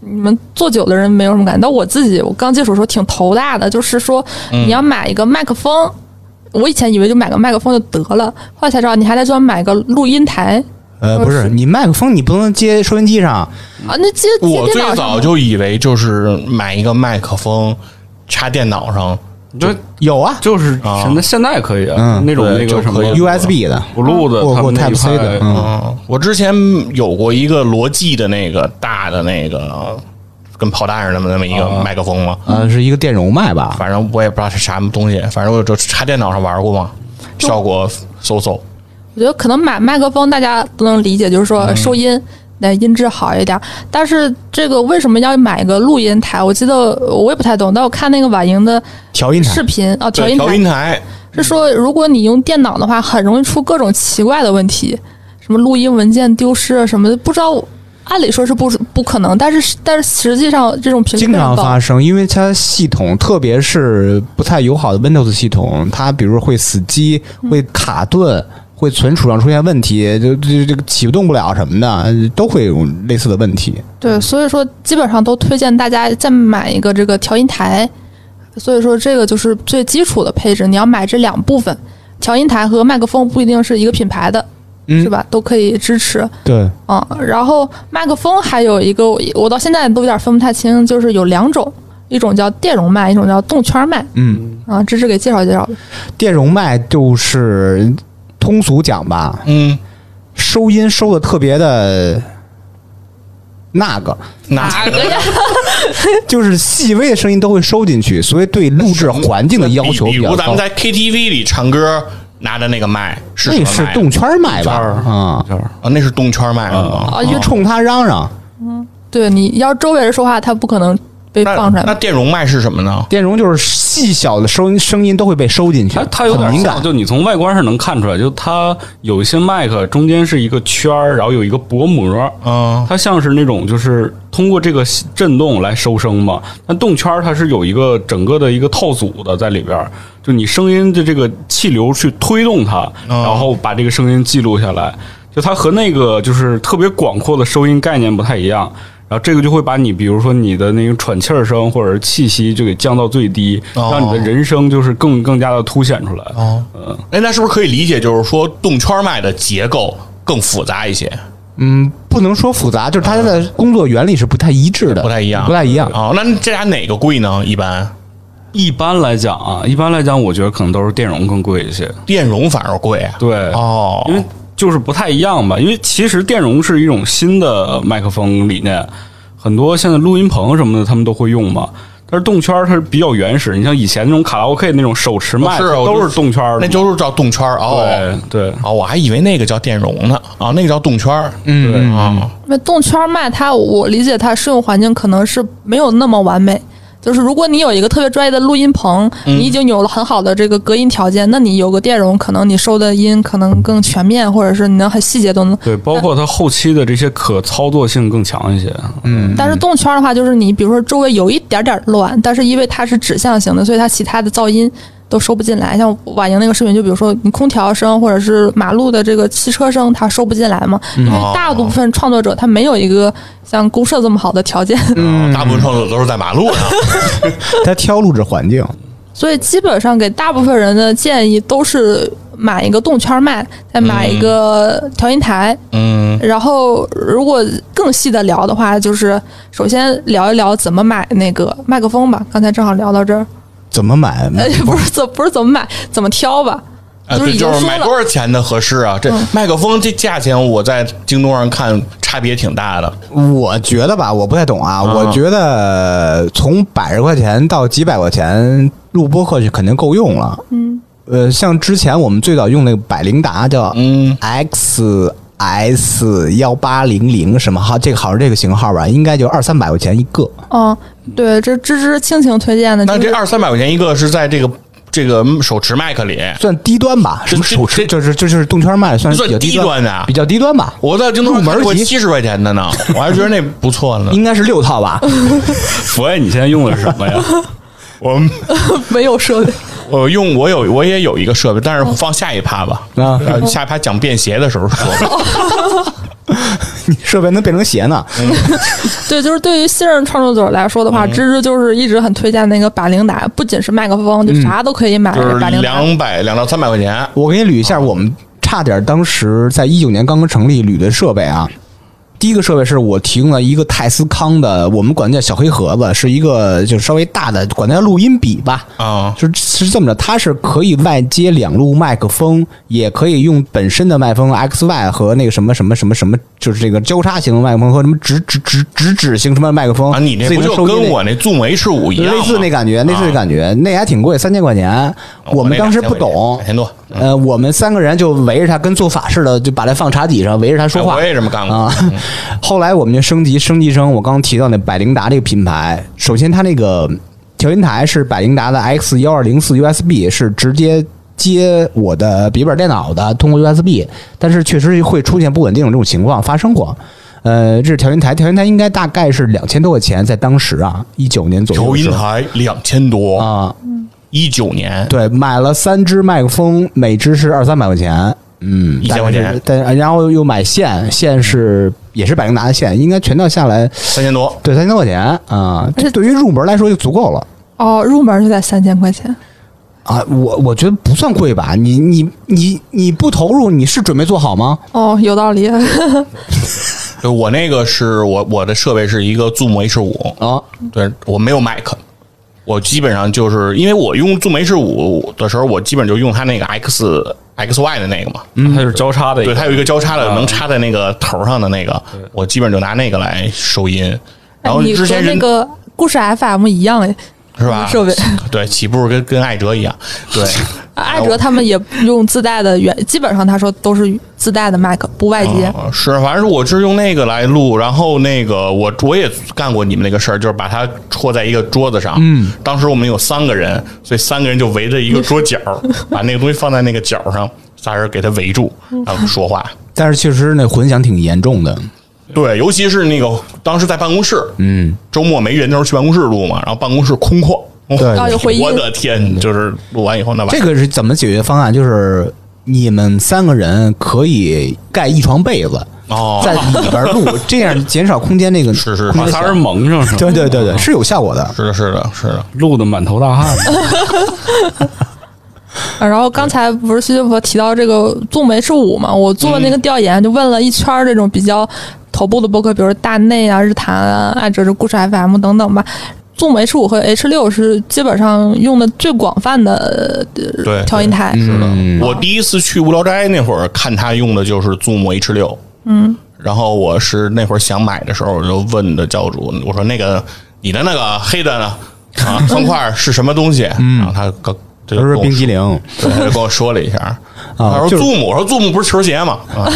A: 你们做久的人没有什么感觉，但我自己我刚接触的时候挺头大的，就是说你要买一个麦克风，我以前以为就买个麦克风就得了，后来才知道你还得专门买个录音台
C: 呃，
A: 呃
C: 不是，
A: 是
C: 你麦克风你不能接收音机上，
A: 啊，那接接
B: 我
A: 电
B: 最
A: 脑
B: 早
A: 上。
B: 就以为就是买一个麦克风插电脑上，
D: 你就
C: 有啊，
D: 就是
B: 啊
D: 现在现在可以啊，
C: 嗯
D: 那种
B: 对
D: 那个什么
B: 就可以
C: USB 的，
D: Blue 的
C: 或
D: 他
C: 或
D: 们那一
C: Type C
D: 派
C: 的，嗯，
B: 嗯，我之前有过一个罗技的那个大的那个跟炮弹似的那么一个麦克风嘛，
C: 呃，是一个电容麦吧？
B: 反正我也不知道是啥东西，反正我就插电脑上玩过嘛，效果嗖嗖。
A: 我觉得可能买麦克风大家都能理解，就是
C: 嗯
A: 说收音。那音质好一点，但是这个为什么要买一个录音台？我记得我也不太懂，但我看那个婉莹的
C: 调音
A: 视
C: 台，
A: 频啊，调
B: 对
A: 音
B: 调音
A: 台
B: 台，
A: 是说，如果你用电脑的话，很容易出各种奇怪的问题，什么录音文件丢失啊什么的，不知道。按理说是不不可能，但是但是实际上这种频率
C: 经
A: 非
C: 常
A: 常高
C: 发，生，因为它系统，特别是不太友好的 Windows 系统，它比如会死机、
A: 嗯
C: 会卡顿、会存储上出现问题，就就这个启动不了什么的，都会有类似的问题。
B: 嗯
A: 对，所以说基本上都推荐大家再买一个这个调音台。所以说这个就是最基础的配置，你要买这两部分，调音台和麦克风不一定是一个品牌的，
C: 嗯
A: 是吧？都可以支持。
C: 对，
A: 嗯，然后麦克风还有一个，我到现在都有点分不太清，就是有两种，一种叫电容麦，一种叫动圈麦。
C: 嗯，
A: 啊，芝芝给介绍介绍。
C: 电容麦就是通俗讲吧，
B: 嗯，
C: 收音收的特别的那个，
A: 啊
B: 哪个呀？
C: 就是细微的声音都会收进去，所以对录制环境的要求
B: 比比
C: 比较
B: 如咱
C: 高
B: 们。在 KTV 里唱歌拿的那个麦是什
C: 那
B: 么
C: 是
B: 麦
C: 动圈麦吧？啊、
D: 就是
B: 啊，那是动圈麦是吗？
A: 啊，因为
C: 冲他嚷嚷。
A: 对，你要周围人说话，他不可能被
B: 那
A: 放出来
B: 那
A: 嘛。
B: 电容麦是什么呢？
C: 电容就是细小的声声音都会被收进去
D: 它，它有
C: 很
D: 点
C: 敏
D: 像，
C: 感。
D: 就你从外观上能看出来，就它有一些麦克中间是一个圈儿，然后有一个薄膜，
B: 嗯，
D: 它像是那种就是通过这个震动来收声嘛。但动圈儿它是有一个整个的一个套组的在里边儿，就你声音的这个气流去推动
B: 哦
D: 它，然后把这个声音记录下来。就它和那个就是特别广阔的收音概念不太一样。然后这个就会把你，比如说你的那个喘气儿声或者是气息就给降到最低，
B: 哦
D: 让你的人声就是更更加的凸显出来。
B: 哦，哎，那是不是可以理解就是说动圈麦的结构更复杂一些
C: 嗯，不能说复杂，就是它的工作原理是不太一致的，
B: 嗯不太一样
C: 不太一 样。
B: 啊？那这俩哪个贵呢？一般
D: 一般来讲啊，一般来讲，我觉得可能都是电容更贵一些。
B: 电容反而贵啊？
D: 对，
B: 哦，
D: 因为就是不太一样吧。因为其实电容是一种新的麦克风理念，很多现在录音棚什么的他们都会用嘛。但是动圈儿它是比较原始，你像以前那种卡拉 OK 那种手持麦，
B: 是我就
D: 都是动圈儿的
B: 那
D: 嘛，
B: 就是叫动圈儿哦。
D: 对对。
B: 哦，我还以为那个叫电容呢，啊，那个叫动圈儿。
C: 嗯，
B: 啊，
A: 那动圈麦它，我理解它适用环境可能是没有那么完美，就是如果你有一个特别专业的录音棚，
E: 嗯
A: 你已经有了很好的这个隔音条件，那你有个电容，可能你收的音可能更全面，或者是你能很细节都能。
D: 对，包括它后期的这些可操作性更强一些。
E: 嗯，
A: 但是动圈的话，就是你比如说周围有一点点乱，但是因为它是指向型的，所以它其他的噪音都收不进来。像婉莹那个视频，就比如说你空调声或者是马路的这个汽车声，它收不进来嘛。因
E: 嗯哦
A: 为大部分创作者他没有一个像公社这么好的条件，
B: 大部分创作者都是在马路 上，
C: 他挑录制环境，
A: 所以基本上给大部分人的建议都是买一个动圈麦，再买一个调音台。
B: 嗯，
A: 然后如果更细的聊的话，就是首先聊一聊怎么买那个麦克风吧。刚才正好聊到这儿，
C: 怎么买？
A: 呃， 不是怎不是怎么买，怎么挑吧，
B: 嗯啊，
A: 就是
B: 对，
A: 已
B: 就
A: 经
B: 是
A: 说
B: 买多
A: 了。嗯
B: 少钱的合适啊？这麦克风这价钱，我在京东上看差别挺大的。
C: 我觉得吧，我不太懂啊。我觉得从百十块钱到几百块钱录播客就肯定够用了。
A: 嗯，
C: 呃，像之前我们最早用那个百灵达叫
B: 嗯
C: X S 幺八零零什么号，这个好像这个型号吧，应该就二三百块钱一个。
A: 哦，对，这芝芝亲情推荐的，
B: 那
A: 就
B: 这
A: 是
B: 二三百块钱一个是在这个这个手持麦克里，
C: 算低端吧，
B: 这
C: 什么手
B: 这
C: 持就是就是动圈卖，算是比较
B: 算低
C: 端
B: 端的啊
C: 比较低端吧。
B: 我在京东上
C: 入门
B: 看过
C: 级
B: 七十块钱的 呢，我还觉得那不错呢。
C: 应该是六套 吧，
D: 佛爷，你现在用的是什么呀？
B: 我
A: 没有设 备。
B: 我用我有我也有一个设备，但是
C: 哦
B: 放下一趴吧，
C: 啊，
B: 呃下一趴讲便携的时候说 吧。
C: 你设备能变成鞋呢？
A: 对，就是对于新人创作者来说的
B: 嗯
A: 话，芝芝就是一直很推荐那个百灵达，不仅是麦克风，就啥都可以买
B: 嗯就。是
A: 百灵达，
B: 两百两到三百块钱，啊
C: 我给你捋一下，我们差点当时在一九年刚刚成立捋的设备啊。第一个设备是我提供了一个泰斯康的，我们管它叫小黑盒子，是一个就是稍微大的，管它叫录音笔吧。
B: 啊
C: 就是是这么着，它是可以外接两路麦克风，也可以用本身的麦克风 XY 和那个什么什么什么什么，就是这个交叉型的麦克风和什么直直直直指型什么麦克风
B: 啊！你
C: 那
B: 那不就跟我那 Zoom H 五一样吗
C: 类似那感觉，
B: 啊
C: 类似那感觉，那还挺贵，三千块钱。
B: 哦
C: 我们当时不懂
B: 两，千多。
C: 呃，我们三个人就围着他跟做法似的，就把他放茶几上，围着他说话。
B: 哎我也这么干过
C: 啊。 后来我们就升级，升级成我刚刚提到那百灵达这个品牌。首先，它那个调音台是百灵达的 X 幺二零四 USB，是直接。接我的笔记本电脑的，通过 USB，但是确实会出现不稳定的这种情况发生过。呃，这是调音台，调音台应该大概是两千多块钱，在当时啊，一九年左右
B: 调
C: 的时
B: 音
C: 候。
B: 台两千多，
C: 啊、
B: 一九年
C: 对，买了三只麦克风，每只是二三百块钱，嗯，
B: 1000块钱
C: 但是但然后又买线，线是也是百灵达的线，应该全套下来
B: 三千多，
C: 对三千多块钱啊，这对于入门来说就足够了。
A: 哦，入门就在三千块钱。
C: 啊，我我觉得不算贵吧？你你你你不投入，你是准备做好吗？
A: 哦，有道理。
B: 对我那个是我我的设备是一个 Zoom H 五，
C: 啊，
B: 对我没有 Mac，我基本上就是因为我用 Zoom H 五的时候，我基本就用它那个 X X Y 的那个嘛，
D: 它就是交叉的一
B: 对，
D: 个，
B: 它有一个交叉的，能插在那个头上的那个，我基本就拿那个来收音。然后
A: 哎你
B: 之
A: 和
B: 前
A: 那
B: 人
A: 个故事 FM 一样哎，
B: 是啊吧？
A: 设备，
B: 对，起步跟跟艾哲一样，对，
A: 艾哲他们也用自带的原，基本上他说都是自带的麦克，不外接。
B: 啊是，反正我是用那个来录，然后那个我我也干过你们那个事儿，就是把它戳在一个桌子上。嗯，当时我们有三个人，所以三个人就围着一个桌角， 把那个东西放在那个角上，仨人给它围住，然后说话。
C: 但是确实那混响挺严重的。
B: 对，尤其是那个当时在办公室，嗯，周末没人的时候去办公室录嘛，然后办公室空旷，对
A: 啊有回音
B: 我的天，就是录完以后那晚
C: 这个是怎么解决方案？就是你们三个人可以盖一床被子，
B: 哦，
C: 在里边 录，这样减少空间那个
B: 是是
C: 空
D: 把
C: 间
D: 仨
C: 的
D: 人蒙上是
B: 嗯
D: 吧？
C: 对对对对，是有效果的。
B: 是的，是的，是的，
D: 录的满头大汗。
A: 啊然后刚才不是西西弗提到这个 Zoom H 五嘛，我做
B: 嗯
A: 那个调研，就问了一圈儿这种比较头部的播客，比如大内啊、日坛啊、爱哲这故事 FM 等等吧。Zoom H 五和 H 六是基本上用的最广泛的呃
B: 对
A: 调音台，嗯
B: 是的，
C: 嗯
B: 我第一次去无聊斋那会儿看他用的就是 Zoom H 六，嗯，然后我是那会儿想买的时候，我就问的教主，我说那个你的那个黑的呢啊方块是什么东西？然后他刚这就
C: 都
B: 跟
C: 是
B: 我
C: 嗯冰
B: 说
C: 激凌
B: 对，他就跟我说了一下。他说
C: 就是
B: Zoom，我说 Zoom 不是球鞋吗？啊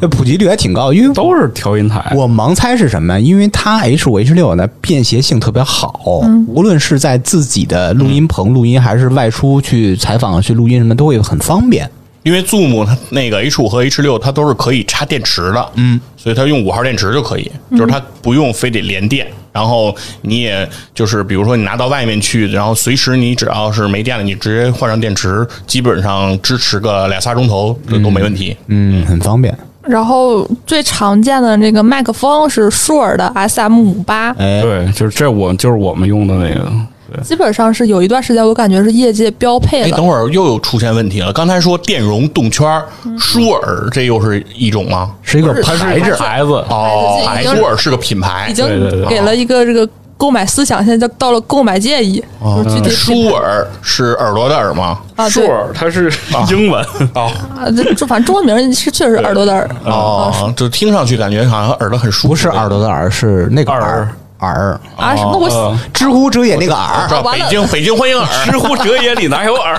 C: 这普及率还挺高，因为
D: 都是调音台。
C: 我盲猜是什么？因为它 H 五 H 六呢便携性特别好，无论是在自己的录音棚录音，还是外出去采访去录音什么，都会很方便。
B: 因为 Zoom 它那个 H 五和 H 六它都是可以插电池的，嗯，所以它用五号电池就可以，
C: 嗯
B: 就是它不用非得连电。然后你也就是比如说你拿到外面去，然后随时你只要是没电了，你直接换上电池，基本上支持个俩仨钟头这都没问题。
C: 嗯，很方便。
A: 然后最常见的这个麦克风是舒尔的 SM 五八，
C: 哎，
D: 对，就是这我就是我们用的那个，对，
A: 基本上是有一段时间我感觉是业界标配
B: 哎，
A: 了。
B: 等会儿又有出现问题了。刚才说电容、动圈儿、舒尔，这又是一种吗？
C: 嗯是一个
B: 它
C: 牌
B: 是
C: 子，
D: 牌子
B: 哦，
A: 牌子已经
B: 舒尔是个品牌
A: 已，经
D: 对对对
A: 给了一个这个购买思想，现在就到了购买界一，
D: 哦
A: 就是具体
B: 舒尔是耳朵的耳吗？
A: 啊，
D: 舒
A: 对
D: 尔它是英文，
B: 哦
A: 啊，这这反正中文名是确实耳朵的耳，
B: 哦，就听上去感觉好像耳朵很舒
C: 啊
B: 服，
C: 不是耳朵的耳，是那个
D: 耳
C: 耳，
A: 啊，什么我
D: 呃
C: 知乎遮掩那个耳
B: 知。道北京北京欢迎耳
D: 知乎者也里哪有耳？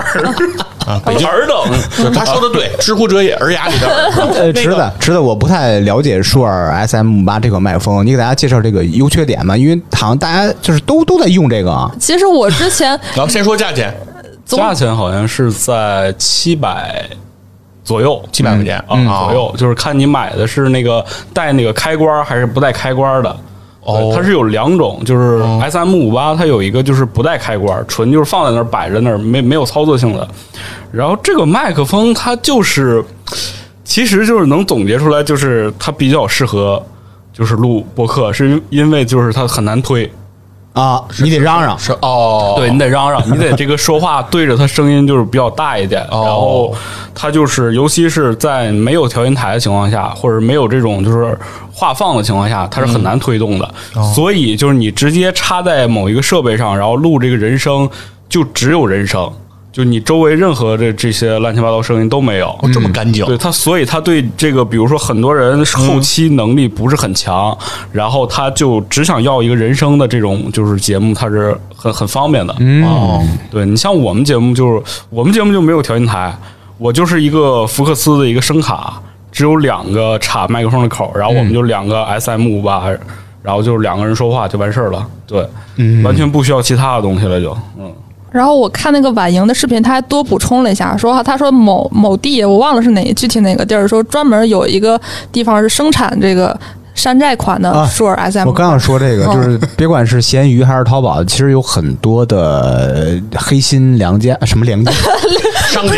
B: 啊，北京
D: 尔等，
B: 就他说的 对，知乎者也，尔雅里的耳。
C: 呃，
B: 那
C: 池
B: 个
C: 子，池子，我不太了解舒尔 SM 五八这款麦克风，你给大家介绍这个优缺点嘛？因为好像大家就是都都在用这个啊。
A: 其实我之前
B: 然后先说价钱，
A: 总
D: 价钱好像是在七百左右，
B: 七百块钱
D: 啊、
B: 啊
D: 左。右，就是看你买的是那个带那个开关儿还是不带开关儿的。
B: 哦
D: 对它是有两种，就是 S M 五八，它有一个就是不带开关儿，纯就是放在那儿摆着那儿，没没有操作性的。然后这个麦克风它就是，其实就是能总结出来，就是它比较适合就是录播客，是因因为就是它很难推，
C: 啊，你得嚷嚷，
B: 是哦，
D: 对你得嚷嚷，你得这个说话对着它声音就是比较大一点，
B: 哦
D: 然后它就是尤其是在没有调音台的情况下，或者没有这种就是话放的情况下，它是
B: 嗯
D: 很难推动的。
B: 哦
D: 所以就是你直接插在某一个设备上，然后录这个人声，就只有人声，就你周围任何的这些乱七八糟声音都没有。
B: 哦这么干净，
D: 对他，所以他对这个，比如说很多人后期能力不是很强，然后他就只想要一个人声的这种就是节目，他是很很方便的。啊
B: 哦，
D: 对你像我们节目就是我们节目就没有调音台，我就是一个福克斯的一个声卡，只有两个插麦克风的口，然后我们就两个 SM 五八，然后就是两个人说话就完事儿了。对，完全不需要其他的东西了就，嗯。
A: 然后我看那个婉莹的视频，她还多补充了一下，说她说某某地我忘了是哪具体哪个地儿，说专门有一个地方是生产这个山寨款的
C: 啊
A: 舒尔 SM，、
C: 我刚想说这个，就是别管是闲鱼还是淘宝，其实有很多的黑心良家，什么良家，
B: 商 家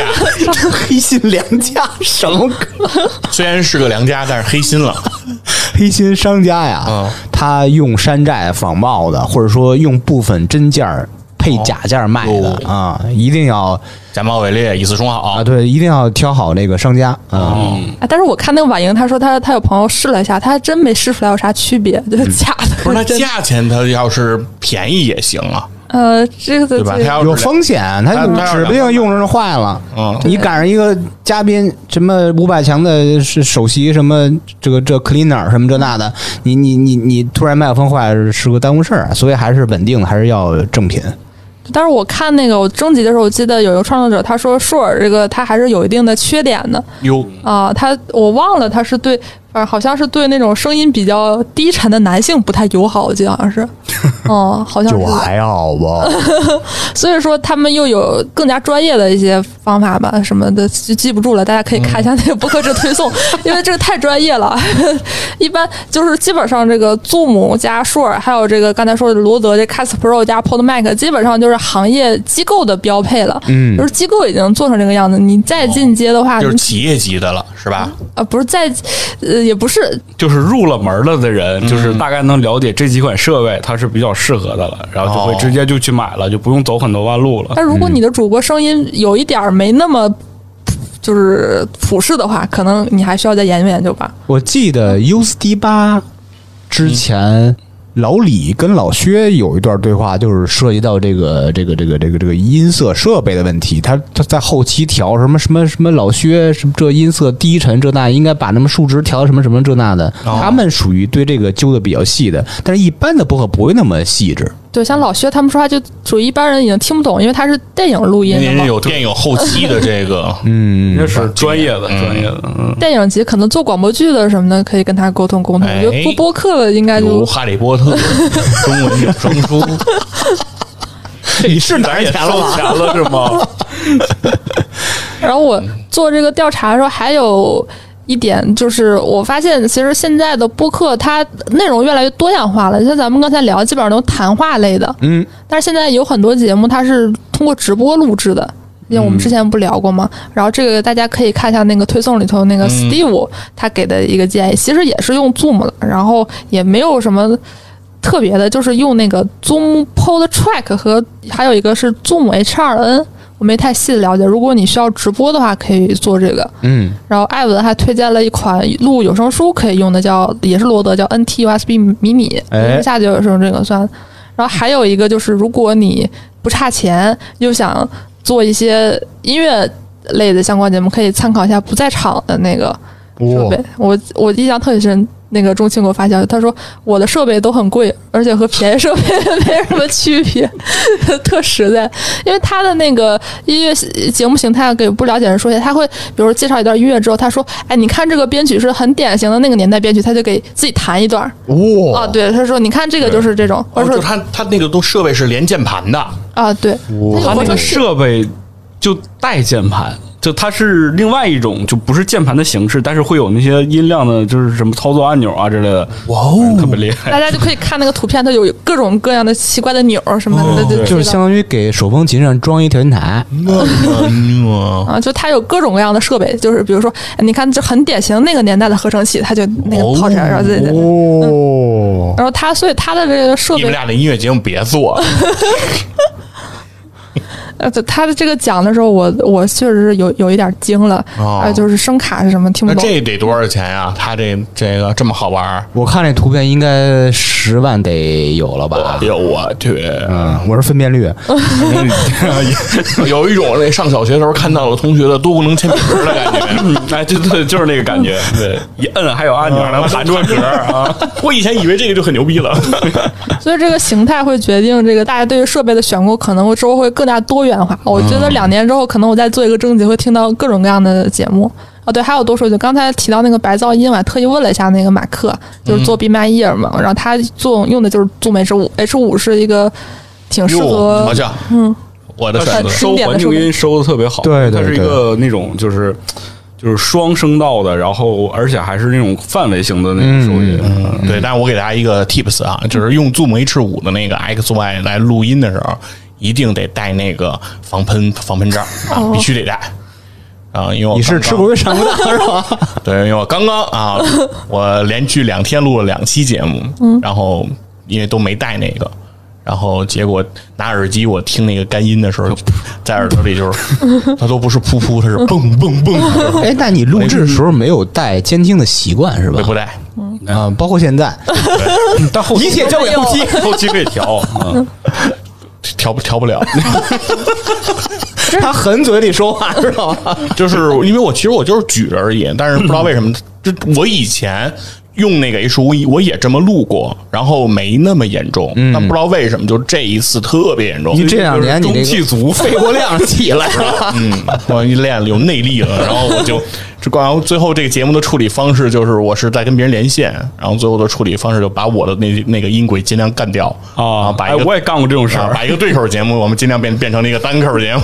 C: 黑心良家什么鬼
B: 虽然是个良家，但是黑心了。
C: 黑心商家呀，
B: 嗯
C: 啊他用山寨仿冒的，或者说用部分真件儿配假件儿卖的
B: 哦
C: 啊、一定要
B: 假冒伪劣，以次充
C: 啊，
B: 好。
C: 对，一定要挑好那个商家啊。
A: 啊，但是我看那个婉莹，她说她她有朋友试了一下，她还真没试出来有啥区别，
B: 嗯
A: 就是假的。
B: 不是，那
A: 真的
B: 价钱它要是便宜也行啊，
A: 呃，这个
B: 对吧？
A: 这
B: 它
A: 个
B: 要
C: 有
B: 是
C: 风险，他
B: 他要是
C: 指不定用着就坏了。
B: 嗯
C: 你赶上一个嘉宾，什么五百强的是首席，什么这个这 cleaner 什么这那的，你你你你突然麦克风坏了是个耽误事儿啊，所以还是稳定的，还是要正品。
A: 但是我看那个我征集的时候，我记得有一个创作者他说舒尔这个它还是有一定的缺点的
B: 哟，
A: 啊、他我忘了他是对，反正好像是对那种声音比较低沉的男性不太友好，我记得好像 是，哦、好像是。
B: 啊
C: 好吧，
A: 所以说他们又有更加专业的一些方法吧，什么的记记不住了，大家可以看
B: 嗯
A: 一下那个博客制推 送，因为这个太专业了。 一般就是基本上这个 Zoom 加舒尔，还有这个刚才说的罗德这 Cast Pro 加 Pod Mac，基本上就是行业机构的标配了。嗯，就是机构已经做成这个样子，你再进阶
C: 啊
A: 的话，
B: 就是
A: 你
B: 企业级的了，是吧？
C: 嗯
A: 呃不是再呃也不是
B: 啊
D: 就是入了门了的人，就是大概能了解这几款设备它是比较适合的了，然后就会
B: 哦
D: 直接就去买了，就不用走很多弯路了。
A: 但如
B: 嗯
A: 果你的主播声音有一点儿没那么就是普世的话，可能你还需要再研究研究吧。
C: 我记得 U S D 八之前，老李跟老薛有一段对话，就是涉及到这个这个这个这个这个音色设备的问题。他他在后期调什么什么什么，老薛什么这音色低沉这那，应该把什么数值调到什么什
F: 哦
C: 么这那的。他们属于对这个揪的比较细的，但是一般的播客不会那么细致。
A: 对，像老薛他们说话就属于一般人已经听不懂，因为他是电影录音
B: 因为
A: 的
B: 人家
A: 嘛，
B: 有电影后期的这 个，
F: 嗯，
D: 那是专业的，
B: 嗯
D: 专业的，嗯，
A: 电影级可能做广播剧的什么的可以跟他沟通沟通，我觉
B: 哎
A: 得做播客的应该
C: 哎
B: 如《
A: 就
B: 哈利波特》 中文有声书，
C: 你是哪
B: 咱也
C: 儿
B: 收
C: 钱了吗？
B: 钱了 是吗？
A: 然后
B: 嗯
A: 我做这个调查的时候，还有一点就是，我发现其实现在的播客它内容越来越多样化了。像咱们刚才聊，基本上都谈话类的，
F: 嗯，
A: 但是现在有很多节目它是通过直播录制的。因为我们之前不聊过嘛，然后这个大家可以看一下那个推送里头那个 Steve 他给的一个建议，其实也是用 Zoom 了，然后也没有什么特别的，就是用那个 Zoom Pod Track 和还有一个是 Zoom H2N，我没太细的了解。如果你需要直播的话，可以做这个。
F: 嗯，
A: 然后艾文还推荐了一款录有声书可以用的叫，也是罗德叫 NT USB 迷你，
F: 哎
A: 一下就有声这个算。然后还有一个就是，如果你不差钱，又想做一些音乐类的相关节目，可以参考一下不在场的那个设备。我我印象特别深，那个钟庆给我发消息，他说我的设备都很贵，而且和便宜设备没什么区别，特实在。因为他的那个音乐节目形态给不了解人说一下，他会比如说介绍一段音乐之后，他说：“哎，你看这个编曲是很典型的那个年代编曲。”他就给自己弹一段。
F: 哇
A: 啊，对，他说：“你看这个就是这种，或
B: 哦，
A: 者
B: 就
A: 说
B: 他他那个都设备是连键盘的，
A: 啊，对，他
D: 它那
A: 有
D: 个
A: 的是
D: 设备就带键盘，就它是另外一种，就不是键盘的形式，但是会有那些音量的，就是什么操作按钮啊之类的，哇哦，特别厉害。
A: 大家就可以看那个图片，它有各种各样的奇怪的钮儿什么
B: 哦
A: 的，就
F: 就是
A: 知道
F: 相当于给手风琴上装一调音台，
B: 嗯
A: 啊，就它有各种各样的设备，就是比如说，哎你看，就很典型那个年代的合成器，它就那个泡出来，然后自己，
F: 哦，
A: 然后它，所以它的这个设
B: 你们
A: 备，
B: 俩的音乐节目别做，
A: 呃，就它的这个讲的时候，我我确实是有有一点惊了，
B: 哦
A: 啊，就是声卡是什么听
B: 那
A: 不懂，
B: 这得多少钱呀？他这这个这么好玩儿，
F: 我看那图片应该十万得有了吧？
B: 哎呦我去！
F: 嗯，我是分辨率，
B: 有一种那上小学时候看到了同学的多功能铅笔盒的感觉。
D: 哎，对对，就是那个感觉，对，一摁还有按钮能弹出格儿啊！
B: 我以前以为这个就很牛逼了，
A: 所以这个形态会决定这个大家对于设备的选购，可能会之后会更加多元化。我觉得两年之后，可能我再做一个征集，会听到各种各样的节目。啊，对，还有多说一句，刚才提到那个白噪音，我还特意问了一下那个马克，就是做 Be My Ear 嘛，然后他做用的就是 Zoom H 五，H 五是一个挺适
B: 哟，
A: 合呃
B: 好像嗯，我的选
A: 很
B: 择
A: 适
D: 收环境音收呃的特别好，
F: 对对
D: 它是一
F: 对
D: 个那种就是就是双声道的，然后而且还是那种范围型的那种收音，
B: 嗯对，但是我给大家一个 tips 啊，就是用 Zoom H 五的那个 XY 来录音的时候，一定得带那个防喷防喷罩
A: 哦
B: 啊，必须得带啊，因为我
F: 你是
B: 刚刚
F: 吃亏上当是吧？
B: 对，因为我刚刚啊，我连续两天录了两期节目，嗯，然后因为都没带那个，然后结果拿耳机我听那个干音的时候，在耳朵里就是，它都不是噗噗，它是蹦蹦蹦，
F: 哎，那你录制的时候没有带监听的习惯是吧
B: 对？不带，
F: 啊，包括现 在，
D: 嗯但后期
F: 一切交给后期。
D: 后期可以调 啊。
B: 调不调不了，
F: 他狠嘴里说话，知道 吗？
B: 就是因为我其实我就是举着而已，但是不知道为什么，就我以前。用那个 H 五，我也这么录过，然后没那么严重，但不知道为什么就这一次特别严重。
F: 嗯你这两年你
D: 中气
F: 这
D: 足
F: 个肺活 量起来了，
B: 嗯，我一练了有内力了，然后我就这，然后最后这个节目的处理方式就是，我是在跟别人连线，然后最后的处理方式就把我的那那个音轨尽量干掉
F: 啊哦
B: 然后把
D: 哎，
B: 一个、
D: 我也干过这种事
B: 啊
D: 儿。
B: 把一个对口节目，我们尽量变变成了一个单口节目。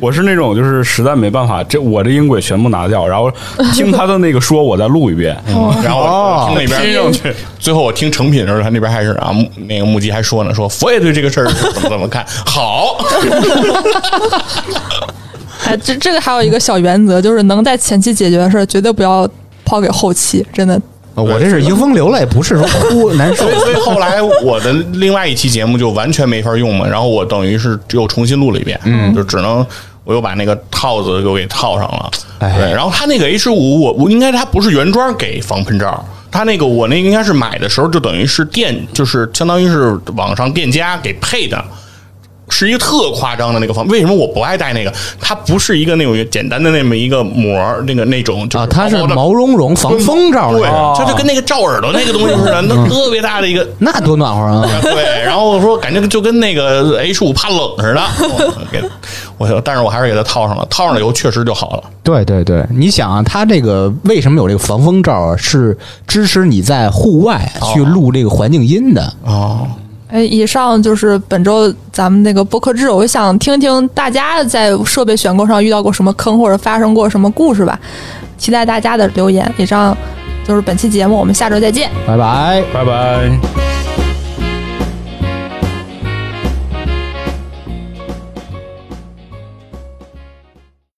D: 我是那种就是实在没办法，这我这音轨全部拿掉，然后听他的那个说，我再录一遍。
B: 嗯
F: 嗯
B: 然后我听那边
A: 拼上去，
B: 最后我听成品的时候，他那边还是啊，木那个木吉还说呢，说佛爷对这个事儿是怎么怎么看好，
A: 哎，这这个还有一个小原则，就是能在前期解决的事儿，绝对不要抛给后期，真的。
F: 我这是迎风流泪，不是说哭难受
B: 所以，所以后来我的另外一期节目就完全没法用嘛，然后我等于是又重新录了一遍，嗯，就只能我又把那个套子又给套上了，
F: 哎
B: 对，然后他那个 H 五，我我应该它不是原装给防喷罩。他那个我那个应该是买的时候就等于是店，就是相当于是网上店家给配的，是一个特夸张的那个方。为什么我不爱戴那个？它不是一个那种简单的那么一个膜儿，那个那种就是
C: 啊，它是
B: 薄薄的
C: 毛茸茸防风罩
B: 对
C: 的，，
B: 它就跟那个罩耳朵那个东西似的，
C: 嗯
B: 那特别大的一个。
C: 那多暖和啊！
B: 对，然后我说感觉就跟那个 H 五怕冷似的，我给，我说但是我还是给它套上了，套上了以后确实就好了。
C: 对对对，你想啊，它这个为什么有这个防风罩啊？是支持你在户外
F: 哦
C: 去录这个环境音的。
B: 哦，
A: 哎，以上就是本周咱们那个播客制，我想听听大家在设备选购上遇到过什么坑，或者发生过什么故事吧。期待大家的留言。以上就是本期节目，我们下周再见。
C: 拜拜。
D: 拜拜。